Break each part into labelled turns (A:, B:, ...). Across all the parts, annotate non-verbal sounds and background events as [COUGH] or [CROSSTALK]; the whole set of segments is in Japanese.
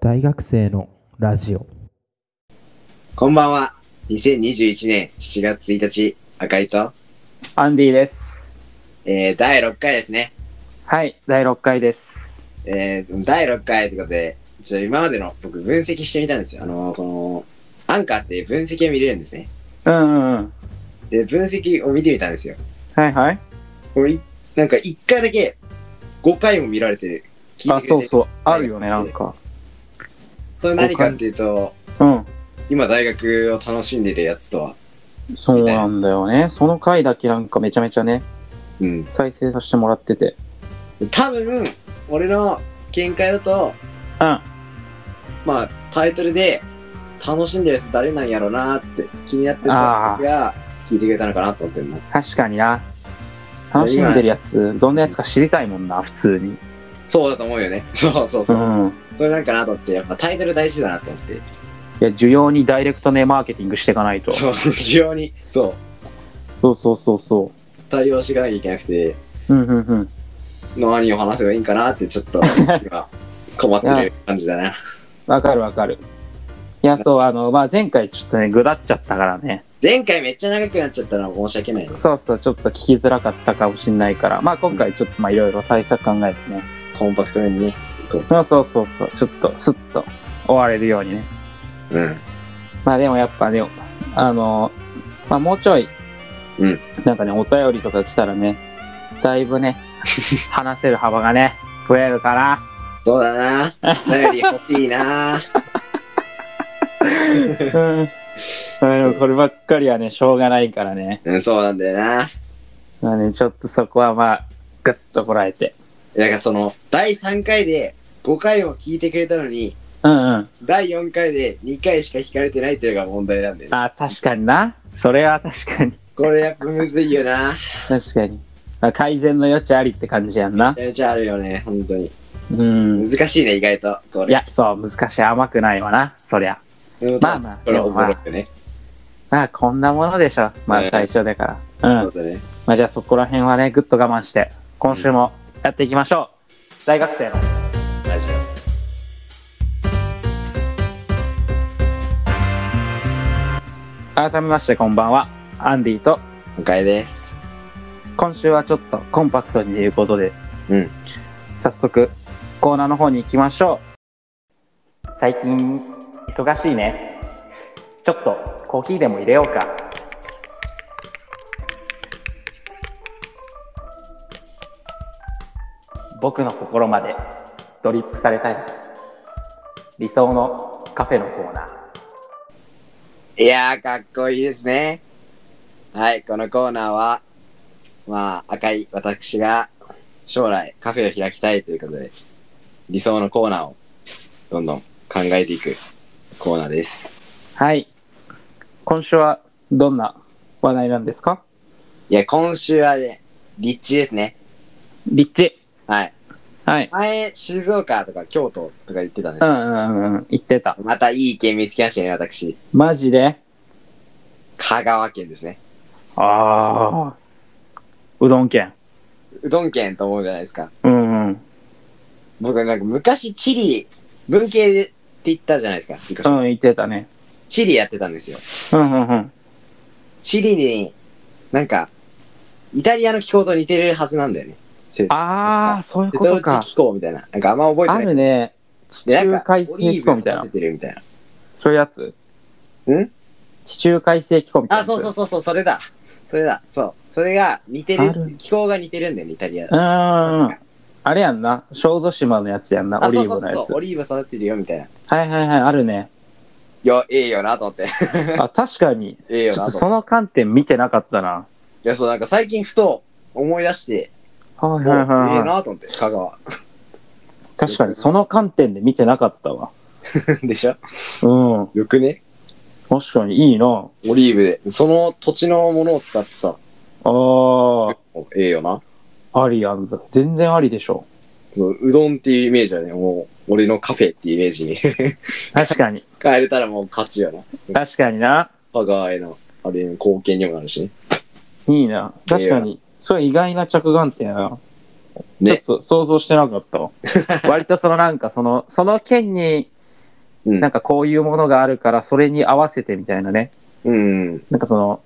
A: 大学生のラジオ
B: こんばんは。2021年7月1日、赤井と、
C: アンディです。
B: えー、第6回ですね。
C: はい、第6回です。
B: えー、第6回ということで、ちょっと今までの僕分析してみたんですよ。あのーこの、アンカーっていう分析を見れるんですね。
C: うんうんうん。
B: で、分析を見てみたんですよ。
C: はいはい。
B: これ、いなんか1回だけ5回も見られてる。聞いてく
C: あ、
B: れてる
C: そうそう。あるよね、なんか。
B: それ何かっていうと、
C: うん。
B: 今大学を楽しんでるやつとは、
C: そうなんだよね。その回だけなんかめちゃめちゃね、
B: うん。
C: 再生させてもらってて。
B: 多分、俺の見解だと、
C: うん。
B: まあ、タイトルで、楽しんでるやつ誰なんやろうなーって気になってた人が、聞いてくれたのかなと思ってるの。
C: 確かにな。楽しんでるやつ、どんなやつか知りたいもんな、普通に。
B: そうだと思うよね。 [LAUGHS] そうそう
C: う
B: そう。
C: ん。い
B: それなんかなと思って、やっぱタイトル大事だなと思って。
C: や、需要にダイレクトね、マーケティングしていかないと。
B: そう、需要に、そう、
C: そうそうそうそ
B: 対応していかなきゃいけなくて、
C: う。うんうんうん。
B: 何を話せばいいんかなって、ちょっと、 [LAUGHS] 今、困ってる感じだな。
C: わかるわかる。いや、そう、あの、まあ、前回ちょっとね、ぐだっちゃったからね。
B: 前回めっちゃ長くなっちゃったのは申し訳ないです。
C: そうそう、ちょっと聞きづらかったかもしれないから、まあ今回ちょっとまあいろいろ対策考えてね。
B: コンパクトにね。
C: そうそうそうそう、ちょっとスッと終われるようにね。
B: うん。 [LAUGHS]
C: まあでもやっぱね、あの、まあもうちょい、
B: うん
C: なんかね、お便りとか来たらね、だいぶね、話せる幅がね、増えるかな。
B: [LAUGHS] そうだな。頼り欲しいな。
C: うん。まあでもこればっかりはね、しょうがないからね。
B: うん、そうなんだよな。
C: まあね、ちょっとそこはまあ、ぐっとこらえて。
B: だからその、第3回で5回も聞いてくれたのに、
C: うんうん。
B: 第4回で2回しか聞かれてないっていうのが問題なんです。
C: あ、確かにな。それは確かに。
B: これやっぱむずいよな。
C: 確かに。まあ、改善の余地ありって感じやんな
B: め。ちゃめちゃあるよね、本当に。
C: うん。い
B: 難しいね、意外と。これ。
C: や、そう、難しい。甘くないわな。そりゃ。
B: でも
C: まあまあ
B: これおもろいよね。
C: まあ、こんなものでしょ。ま
B: え
C: あ、
B: え
C: 最初だから。う
B: そ
C: ん
B: う。だね。
C: まあ、じゃあそこら辺はね、ぐっと我慢して、今週もやっていきましょう。大学生の。
B: ラジ
C: 改めまして、こんばんは。アンディと、
B: オ。向井です。
C: 今週はちょっとコンパクトにということで、
B: うん。
C: 早速、コーナーの方に行きましょう。最近、忙しいね。ちょっと、コーヒーでも入れようか。僕の心までドリップされたい。理想のカフェのコーナー。
B: いやー、かっこいいですね。はい、このコーナーは、まあ、赤い私が将来カフェを開きたいということで、理想のコーナーをどんどん考えていくコーナーです。
C: はい。今週はどんな話題なんですか
B: いや、今週はね、立地ですね。
C: 立地。
B: はい。
C: はい。
B: 前、静岡とか京都とか言ってたんですけ
C: う
B: ど
C: んうんうんうん。言ってた。
B: またいい県見つけましたね、私。
C: マジで
B: 香川県ですね。
C: ああ。うどん県。
B: うどん県と思うじゃないですか。
C: うんうん。
B: 僕なんか昔地理、文系でって言ったじゃないですか、自己
C: う
B: 紹介
C: ん、言ってたね。
B: 地理やってたんですよ。
C: うんうんうん。
B: チリに、なんか、イタリアの気候と似てるはずなんだよね。せ
C: ああ、そういう
B: 瀬
C: こ
B: 戸
C: と
B: 内
C: か。
B: 気候みたいな。なんかあんま覚えて
C: あ
B: ない。
C: るね。地
B: で、な
C: 中
B: んか、
C: 海
B: オ
C: 性
B: リ
C: 気
B: ーブ
C: 候みたい
B: 育
C: な
B: て。てるみたい
C: そういうやつ
B: な。ん
C: 地中海性気候みたいな
B: あ、
C: やつ。
B: そうそう
C: う
B: そうそう、それだ。それだ。そう。それが似て
C: あ
B: る
C: る。
B: 気候が似てるんだよね、イタリア。
C: う。んうん。あれやんな。小豆島のやつやんな。
B: あ、
C: オリ
B: そう
C: ー
B: そう
C: ブのや
B: そう
C: つ
B: そう、オ。リーブ育ててるよ、みたいな。
C: はいはいはい、あるね。
B: よ、ええよなと思って。
C: あ、確かに。
B: ええよ
C: ちょっ
B: なと思
C: と
B: って。
C: その観点見てなかったな。
B: いや、そう、なんか最近ふと思い出して、
C: はい
B: もう
C: は
B: え
C: いはい
B: え
C: はい。
B: なと思って、香川。
C: 確かに、その観点で見てなかったわ。
B: [LAUGHS] でしょ
C: うん。
B: よくね
C: 確かにいいな。
B: オリーブで。その土地のものを使ってさ、
C: あ
B: ええよな。
C: あ、ありやんだ。全然ありでしょ。
B: そう、うどんっていうイメージはね、もう、俺のカフェっていうイメー [LAUGHS] ジに
C: 確かに。
B: 変えれたらもう勝ちよな。
C: [LAUGHS] 確かにな。
B: 香川への、あれ、貢献にもなるしね。
C: いいな。確かに。それ意外な着眼点やな。
B: ね [LAUGHS]
C: ちょっと想像してなかったわ。割とそのなんかその、その県に
B: うん
C: なんかこういうものがあるから、それに合わせてみたいなね。
B: うん。
C: なんかその、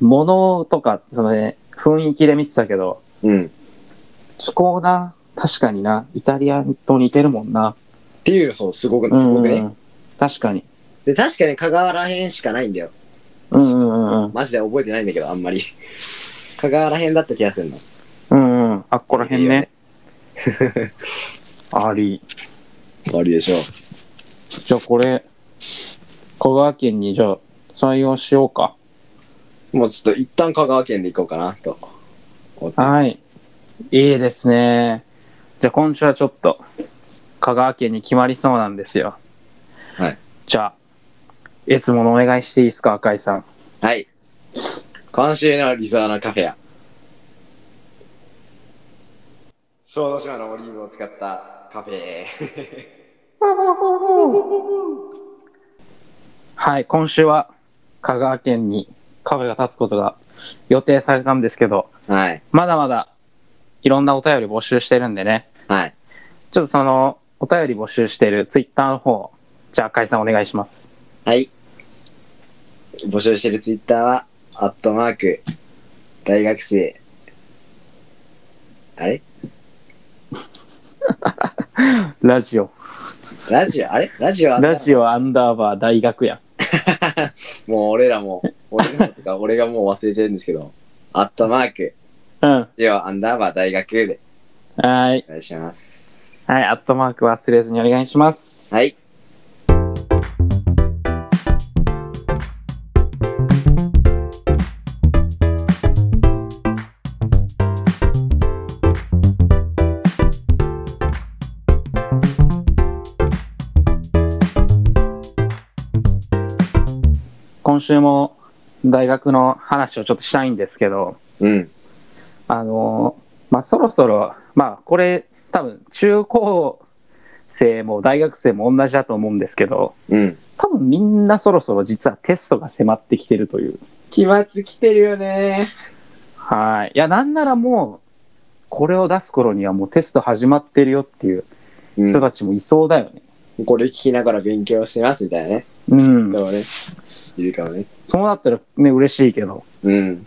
C: ものとか、そのね、雰囲気で見てたけど、
B: うん。っ
C: 気候な、確かにな、イタリアと似てるもんな。
B: ていう、そう、すごく、
C: うん
B: すごく
C: う
B: ね。
C: ん確かに。
B: で、確かに香川らへんしかないんだよ。
C: うんうんうんうん。
B: マジで覚えてないんだけど、あんまり。 [LAUGHS] 香川らへんだった気がするの。
C: うんうん。あっこら辺
B: いいよ
C: ね
B: ね。
C: [LAUGHS] あり。
B: ありでしょう。
C: じゃあこれ、香川県にじゃあ採用しようか。
B: もうちょっと一旦香川県で行こうかな、と。
C: はい。いいですね。じゃあ今週はちょっと、香川県に決まりそうなんですよ。
B: はい。
C: じゃあ、いつものお願いしていいですか、赤井さん。
B: はい。今週のリゾアのカフェや。小豆島のオリーブを使ったカフェ。
C: はい、今週は香川県にカフェが建つことが予定されたんですけど、
B: はい。
C: まだまだいろんなお便り募集してるんでね、
B: はい。
C: ちょっとそのお便り募集してるツイッターの方、じゃあ赤井さんお願いします。
B: はい。募集してるツイッターは、アットマーク、大学生。あれ
C: ラジオ。
B: ラジオあれラジオあ
C: ラジ
B: オ。
C: オアンダーバー大学や。
B: もう俺らも、俺ら
C: [LAUGHS]
B: とか俺がもう忘れてるんですけど、アットマーク、
C: うん。は
B: ラジオアンダーバー大学で
C: ーい。
B: お願いします。
C: はい、アットマーク忘れずにお願いします。
B: はい。
C: 今週も大学の話をちょっとしたいんですけど、
B: うん。
C: あのーまあ、そろそろ、まあ、これ多分中高生も大学生も同じだと思うんですけど、
B: うん。
C: 多分みんなそろそろ実はテストが迫ってきてるという。
B: 期末来てるよね。
C: はい。いや、なんならもう、これを出す頃にはもうテスト始まってるよっていう
B: う
C: 人たちもいそうだよね。
B: ん、これ聞きながら勉強してますみたいなね。
C: うん。
B: でもね、いるかもね。
C: そうなったらね、嬉しいけど。
B: うん。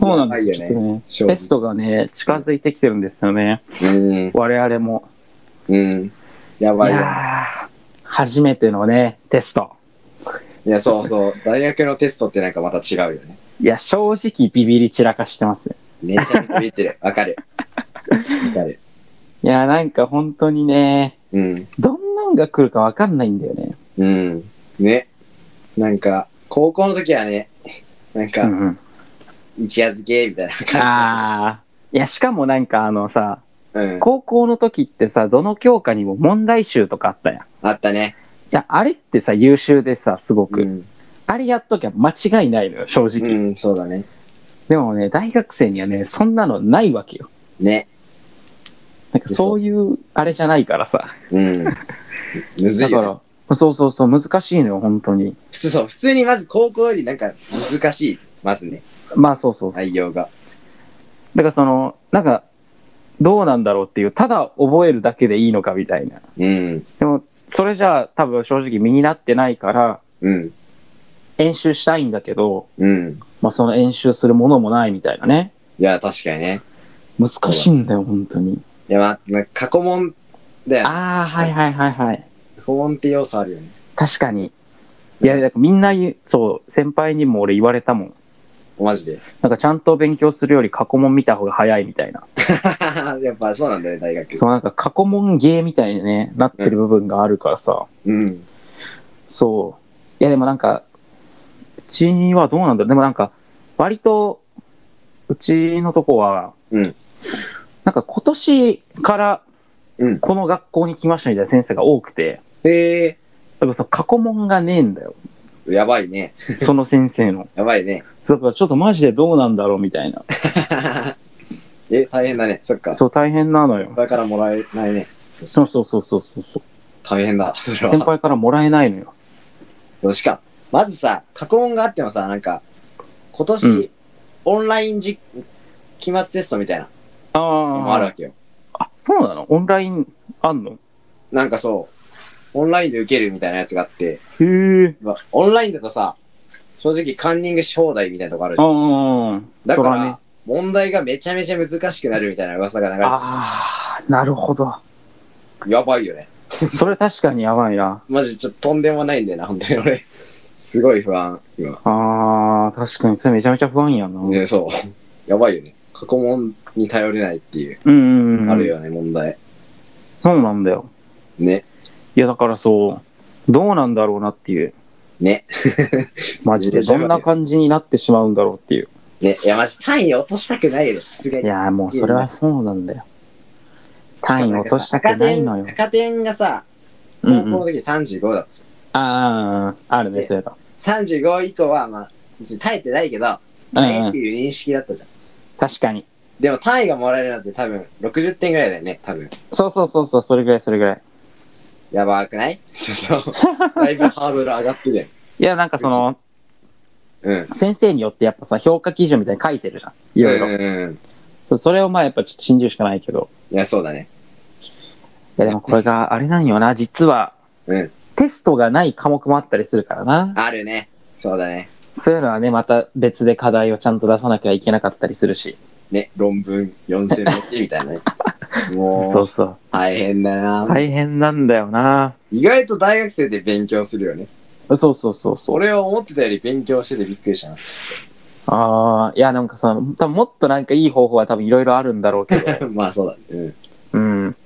C: そうなんです
B: や
C: よ
B: ばいよ
C: ね。
B: 正
C: テストがね、近づいてきてるんですよね。
B: うん。
C: 我々も。
B: うん。や
C: い
B: ばいよ。
C: やー初めてのね、テスト。
B: いや、そうそう。大学のテストってなんかまた違うよね。
C: いや、正直ビビり散らかしてますね。
B: めちゃめちゃ見
C: [LAUGHS]
B: てる。わかる。わかる。
C: いや、なんか本当にね、
B: うん。
C: どんなんが来るかわかんないんだよね。
B: うん。ね。なんか、高校の時はね、なん
C: う
B: か、
C: んうん。
B: 一夜漬けみたいな感じだ
C: ああ。いや、しかもなんかあのさ、
B: った。うん。
C: 高校の時ってさ、どの教科にも問題集とかあったやん。い
B: あったね。
C: や、あれってさ、優秀でさ、すごく。
B: うん。
C: あれやっときゃ間違いないのよ、正直。
B: うん、そうだね。
C: でもね、大学生にはね、そんなのないわけよ。
B: ね。
C: なんかそういう、あれじゃないからさ。 [LAUGHS]
B: うん。むず
C: だ
B: い
C: か
B: よね。
C: ら、そうそうそう、難しいのよ、本当に。
B: そうそう、普通にまず高校よりなんか難しい。まずね、
C: まあそうそう。だ
B: 内容が。
C: からその、なんか、どうなんだろうっていう、ただ覚えるだけでいいのかみたいな。
B: うん。
C: でも、それじゃあ多分正直身になってないから、
B: うん。
C: 演習したいんだけど、
B: うん。
C: まあその演習するものもないみたいなね。
B: いや、確かにね。
C: 難しいんだよ、本当に。
B: いや、まあ、なんか過去問だよね。
C: ああ、はいはいはいはい。
B: 過去問って要素あるよね。
C: 確かに。いや、なんかみんな言う、そう、先輩にも俺言われたもん。
B: マジで。
C: なんかちゃんと勉強するより過去問見た方が早いみたいな。
B: [LAUGHS] やっぱそうなんだよね、大学。
C: そう、なんか過去問ゲーみたいに、ね、なってる部分があるからさ。
B: うん。
C: そう。いや、でもなんか、うちはどうなんだろう。でもなんか、割と、うちのとこは、
B: うん
C: なんか今年から
B: うん、
C: この学校に来ましたみたいな先生が多くて、
B: え
C: だからその過去問がねえんだ
B: [LAUGHS]
C: よ。
B: ー、やばいね。
C: その先生の。
B: やばいね。 [LAUGHS]
C: そうだからちょっとマジでどうなんだろうみたいな。
B: え、大変だね。そっか。
C: そう、大変なのよ。
B: 先輩からもらえないね。
C: そうそうそうそうそうそう。
B: 大変だ。 [LAUGHS] それ
C: 先
B: は。
C: 輩からもらえないのよ。
B: 確か。まずさ、過去問があってもさ、なんか、今年、
C: うん
B: オンラインじ期末テストみたいな
C: あ
B: のもあるわ
C: あ。
B: けよ。
C: あ、そうなのオンラインあんの
B: なんかそう、オンラインで受けるみたいなやつがあって、
C: へえ。
B: まあオンラインだとさ、正直カンニングし放題みたいなとこあるじ
C: う
B: ゃん。
C: んうんうん。
B: だか
C: そう
B: ら、
C: ね
B: 問題がめちゃめちゃ難しくなるみたいな噂が流れ
C: ああ、なるほど。
B: て、やばいよね。
C: [LAUGHS] それ確かにやばいな。
B: マジちょっととんでもないんだよな、本当に俺。すごい不安、今。
C: ああ、確かにそれめちゃめちゃ不安やな。うん
B: ね、そう。やばいよね。過去問に頼れないっていう、
C: うんうん。
B: ある。よね、問題。
C: そうなんだよ。
B: ね、
C: いや、だからそう、どうなんだろうなっていう。
B: ね、
C: [LAUGHS] マジで。
B: めちゃ
C: ど
B: めちゃ
C: んな感じになってしまうんだろうっていう。
B: ね。いや、マジ単位落としたくないよね、さすが
C: い
B: に。
C: やー、もうそれはそうなんだよ。単位落としたくないのよ。
B: 赤点がさ、高
C: う
B: 校
C: んうん
B: の時35だったじゃん
C: ああ、あるね、そういえば。
B: 35以降は、まあ、別に耐えてないけど、耐えっていう認識だったじゃん。
C: 確かに。
B: でも単位がもらえるなんて多分、60点ぐらいだよね、多分。
C: そうそうそう、そうそれぐらい、それぐらい。
B: やばくないちょっ
C: [LAUGHS]
B: と、だいぶハードル上がってたよ。
C: いや、なんかその、
B: うん。
C: 先生によってやっぱさ、評価基準みたいに書いてるじゃん。いろいろ。
B: うん。
C: そうそれをまあやっぱちょっと信じるしかないけど。
B: いや、そうだね。
C: いや、でもこれ [LAUGHS] があれなんよな、実は。
B: うん
C: テストがない科目もあったりするからな。
B: あるね。そうだね。
C: そういうのはね、また別で課題をちゃんと出さなきゃいけなかったりするし。
B: ね、論文4000文字みたい
C: [LAUGHS]
B: なね。も
C: そう
B: う、
C: そう。
B: 大変だな。
C: 大変なんだよな。
B: 意外と大学生で勉強するよね。
C: そうそうそうそう。
B: 俺は思ってたより勉強しててびっくりしたな。 [LAUGHS]
C: ああ、いや、なんかさ、多分もっとなんかいい方法は多分いろいろあるんだろうけど。 [LAUGHS]
B: まあ、そうだね。うん。
C: うん。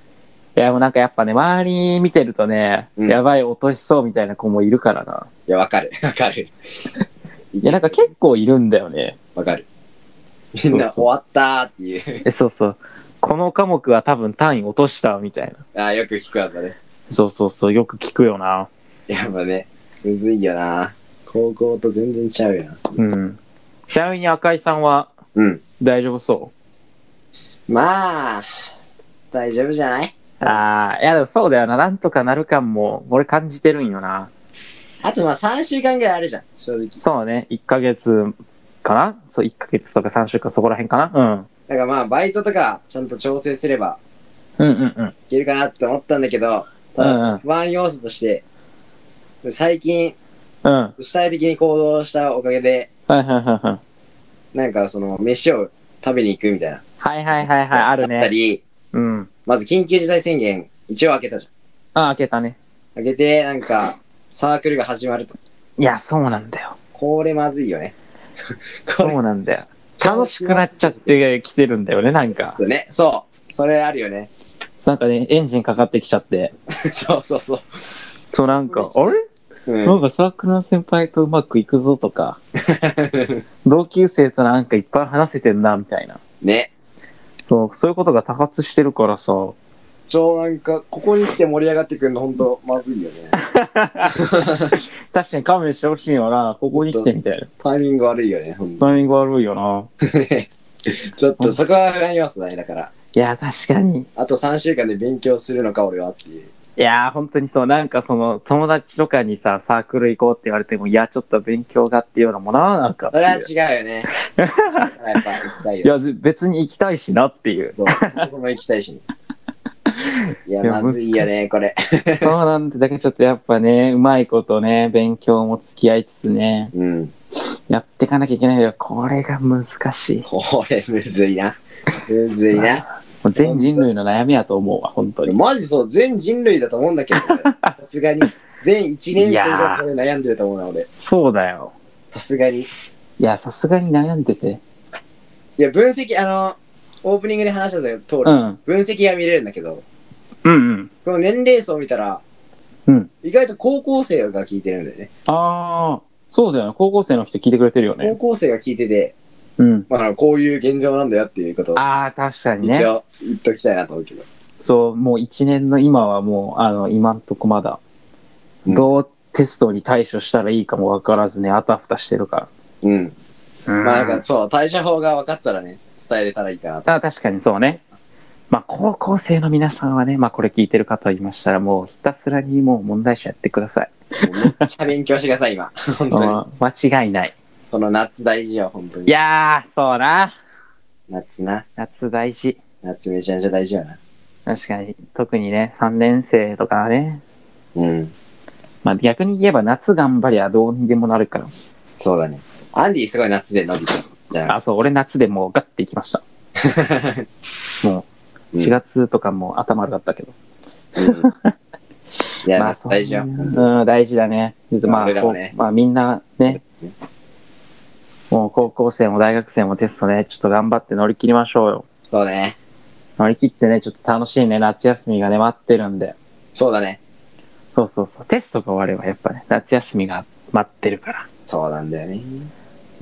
C: いや、でもうなんかやっぱね、周り見てるとね、
B: うん
C: やばい落としそうみたいな子もいるからな。
B: いや、わかる。 [LAUGHS] わかる。
C: [LAUGHS] いや、なんか結構いるんだよね。
B: わかる。みんな
C: そうそ
B: 終
C: う
B: わったーっていう。 [LAUGHS]
C: え、そうそう。この科目は多分単位落としたみたいな。
B: ああ、よく聞くやつだね。
C: そうそうそう、よく聞くよな。
B: やっぱね、むずいよな。高校と全然ちゃうよな。
C: うん。ちなみに赤井さんは
B: うん。
C: 大丈夫そ
B: まあ、大丈夫じゃないう
C: ああ、いやでもそうだよな。なんとかなる感も、俺感じてるんよな。
B: あとまあ3週間ぐらいあるじゃん、正直。
C: そうね、1ヶ月かなそう、1ヶ月とか3週間そこら辺かな
B: だからまあ、バイトとかちゃんと調整すれば
C: うん。うんうんうん。
B: いけるかなって思ったんだけど、ただそ
C: うんう
B: の
C: ん
B: 不安要素として、最近、
C: うん。はい
B: 主体的に行動したおかげで、
C: はいはいはい。
B: なんかその、飯を食べに行くみたいな。
C: はいはいはいはい、ある
B: だった
C: ね。
B: り、
C: うん。
B: まず緊急事態宣言、一応開けたじゃん。
C: あ、開けたね。
B: あげて、なんか、サークルが始まると。
C: いや、そうなんだよ。
B: これまずいよね。 [LAUGHS] こ
C: そ
B: れ
C: うなんだよ。楽しくなっちゃってきてるんだよね、なんか。
B: ね。そう。それあるよね。 [LAUGHS]
C: なんかね、エンジンかかってきちゃって。
B: そうそうそ
C: そう、なんか、あれ
B: う。う。
C: なんんかサークルの先輩とうまくいくぞと [LAUGHS] か、同級生となんかいっぱい話せてんな、みたいな。
B: ね。
C: そう、そういうことが多発してるからさ。
B: ちょ、なんか、ここに来て盛り上がってくるの、ほんと、まずいよね。
C: 確かに勘弁してほしいよな、ここに来てみたいな。
B: タイミング悪いよね、ほんと。
C: タイミング悪いよな。
B: ちょっと、そこは不安要素だね。だから、
C: いや、確かに。
B: あと3週間で勉強するのか、俺はっていう。
C: いやー、本当にそう、なんかその、友達とかにさ、サークル行こうって言われても、いや、ちょっと勉強がっていうようなものはなんかって
B: そ
C: いう。
B: れは違うよね。だからやっぱ行きたい
C: い
B: よ。。
C: や、ぜ別に行きたいしなっていう
B: そう。そも行きたい
C: [LAUGHS]
B: しね。いや、
C: いや
B: まずいよね、これ。
C: そうなんで、だけどちょっとやっぱね、うまいことね、勉強も付き合いつつね、
B: うん。
C: やっていかなきゃいけないけど、これが難しい。も
B: これ、むずいな。むずいな。
C: う全人類の悩みやと思うわ、本当に。
B: マジそう、全人類だと思うんだけど、俺さすがに。全1年生がこれ悩んでると思うな、俺。
C: そうだよ。
B: さすがに。い
C: いや、さすがに悩んでて。
B: や、分析、あの、オープニングで話した通り、
C: うん
B: 分析が見れるんだけど、
C: うんうん。
B: この年齢層を見たら、
C: うん
B: 意外と高校生が聞いてるんだよね。
C: ああ、そうだよね。高校生の人聞いてくれてるよ
B: 高
C: ね。
B: 校生が聞いてて、
C: うん。
B: まあ、こういう現状なんだよっていうことを、
C: ああ、確かにね
B: 一。応言っときたいなと思うけど。
C: そう、もう一年の今はもう、あの、今んとこまだ、
B: うん
C: どうテストに対処したらいいかもわからずね、あたふたしてるか
B: う
C: ら。
B: ん。
C: うん
B: まあ、なんかそう、対処法が分かったらね、伝えれたらいいかなと。
C: あ確かにそうね。まあ、高校生の皆さんはね、まあ、これ聞いてる方いましたら、もうひたすらにもう問題集やってください。
B: もうめ
C: [LAUGHS]
B: っちゃ勉強してください、今。本当に。
C: あー間違いない。
B: この夏大事よ、本当
C: い
B: に。
C: やー、そうな。
B: 夏な。
C: 夏大事。
B: 夏めちゃめちゃ大事よな。
C: 確かに。特にね、3年生とかはね、
B: うん。
C: まあ逆に言えば夏頑張りゃどうにでもなるから。
B: そうだね。アンディすごい夏で伸びた。じゃない
C: あ、そう、俺夏でもうガッて行きま
B: [LAUGHS]
C: した。もう、
B: うん
C: 4月とかも頭悪かったけど。
B: うんいや、
C: [LAUGHS] まあ
B: 夏大事よ。
C: そうねうん、大事だね。まあ、
B: 俺ら
C: こ
B: も
C: う
B: ね
C: まあみんなね、もう高校生も大学生もテストね、ちょっと頑張って乗り切りましょうよ。
B: そうね。
C: 乗り切ってね、ちょっと楽しいね、夏休みがね、待ってるんで。
B: そうだね。
C: そうそうそう、テストが終わればやっぱね、夏休みが待ってるから。
B: そうなんだよね。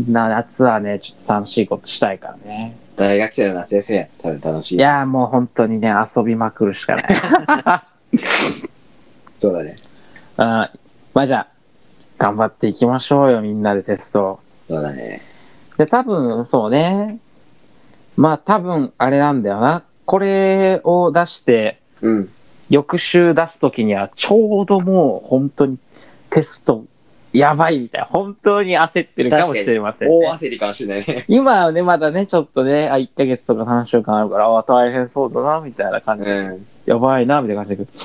C: な夏はね、ちょっと楽しいことしたいからね。
B: 大学生の夏休みは多分楽しい。
C: いやーもう本当にね、遊びまくるしかない。
B: そうだね。
C: あまあじゃあ、頑張っていきましょうよ、みんなでテスト。
B: そうだね。
C: で、多分、そうね。まあ多分、あれなんだよな。これを出して、
B: うん。
C: 翌週出すときには、ちょうどもう本当にテスト、やばいみたいな、本当に焦ってるかもしれません、
B: 大
C: ね。
B: 焦りかもしれないね。
C: 今はね、まだね、ちょっとね、あ、1ヶ月とか3週間あるから、あ大変そうだな、みたいな感じ。
B: うん。
C: やばいな、みたいな感じだけど、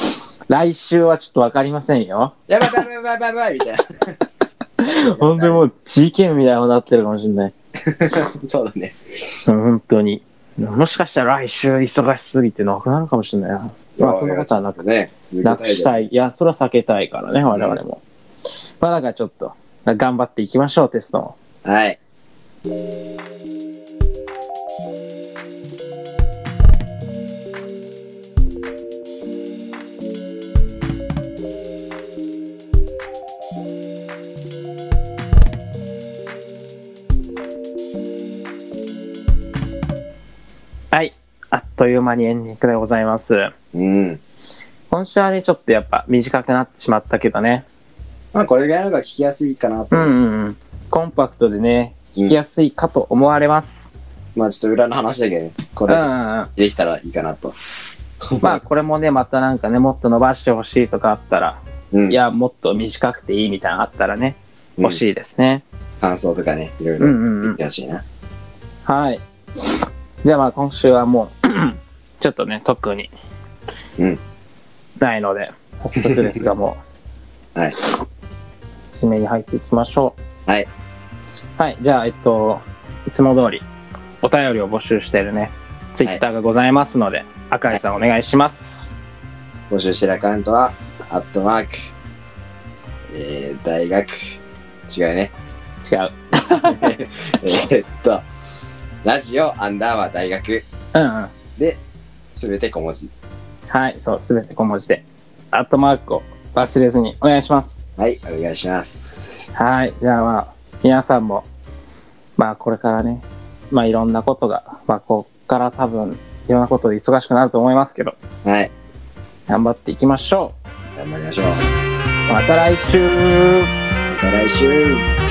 C: 来週はちょっとわかりませんよ。
B: やばいやばいやばいやばいやばいみたいな。
C: [LAUGHS] ほんでもう事件みたいになってるかもしれない。
B: そうだね。
C: うん本当に。もしかしたら来週忙しすぎてなくなるかもしれないな。まあそんなことはなく、
B: ね。続
C: な
B: け
C: く
B: たい
C: し
B: じ
C: たい。いや、それは避けたいからね、我々も。まあだからちょっと、頑張っていきましょう、テストも。
B: はい。
C: はい。あっという間にエンディングでございます。
B: うん。
C: 今週はね、ちょっとやっぱ短くなってしまったけどね。
B: まあ、これぐらいのが聞きやすいかなと。
C: うんうんうん。コンパクトでね、聞きやすいかと思われます。
B: まあ、ちょっと裏の話だけどね。こ
C: うんう
B: れ
C: んうん。
B: できたらいいかなと。
C: まあこれもね、またなんかね、もっと伸ばしてほしいとかあったら、
B: うん、
C: いや、もっと短くていいみたいなのあったらね、
B: うん
C: 欲しいですね。
B: 感想とかね、いろい
C: うん
B: ろ
C: うんう
B: 言っ
C: ん。
B: てほしいな。
C: はい。じゃあまあ今週はもう、
B: [LAUGHS]
C: ちょっとね、特に
B: うん。
C: ないので、早速で
B: [LAUGHS]
C: すがも
B: はい。
C: う、締めに入っていきましょう。
B: はい。
C: はい、じゃあ、えっと、いつも通り、お便りを募集してるね、ツイッターがございますので、赤井さんお願いします。
B: 募集してるアカウントは、アットマーク、えー、大学、違うね。
C: 違う。
B: えーっと、ラジオ、アンダーは大学
C: うんうん。
B: で、すべて小文字。
C: はい、そう、すべて小文字で、アットマークを忘れずにお願いします。
B: はい、お願いします。
C: はい。じゃあまあ、皆さんも、まあこれからね、まあいろんなことが、まあこっから多分、いろんなことで忙しくなると思いますけど、
B: はい、
C: 頑張っていきましょ
B: 頑張りましょう。
C: う。また来週
B: また来週。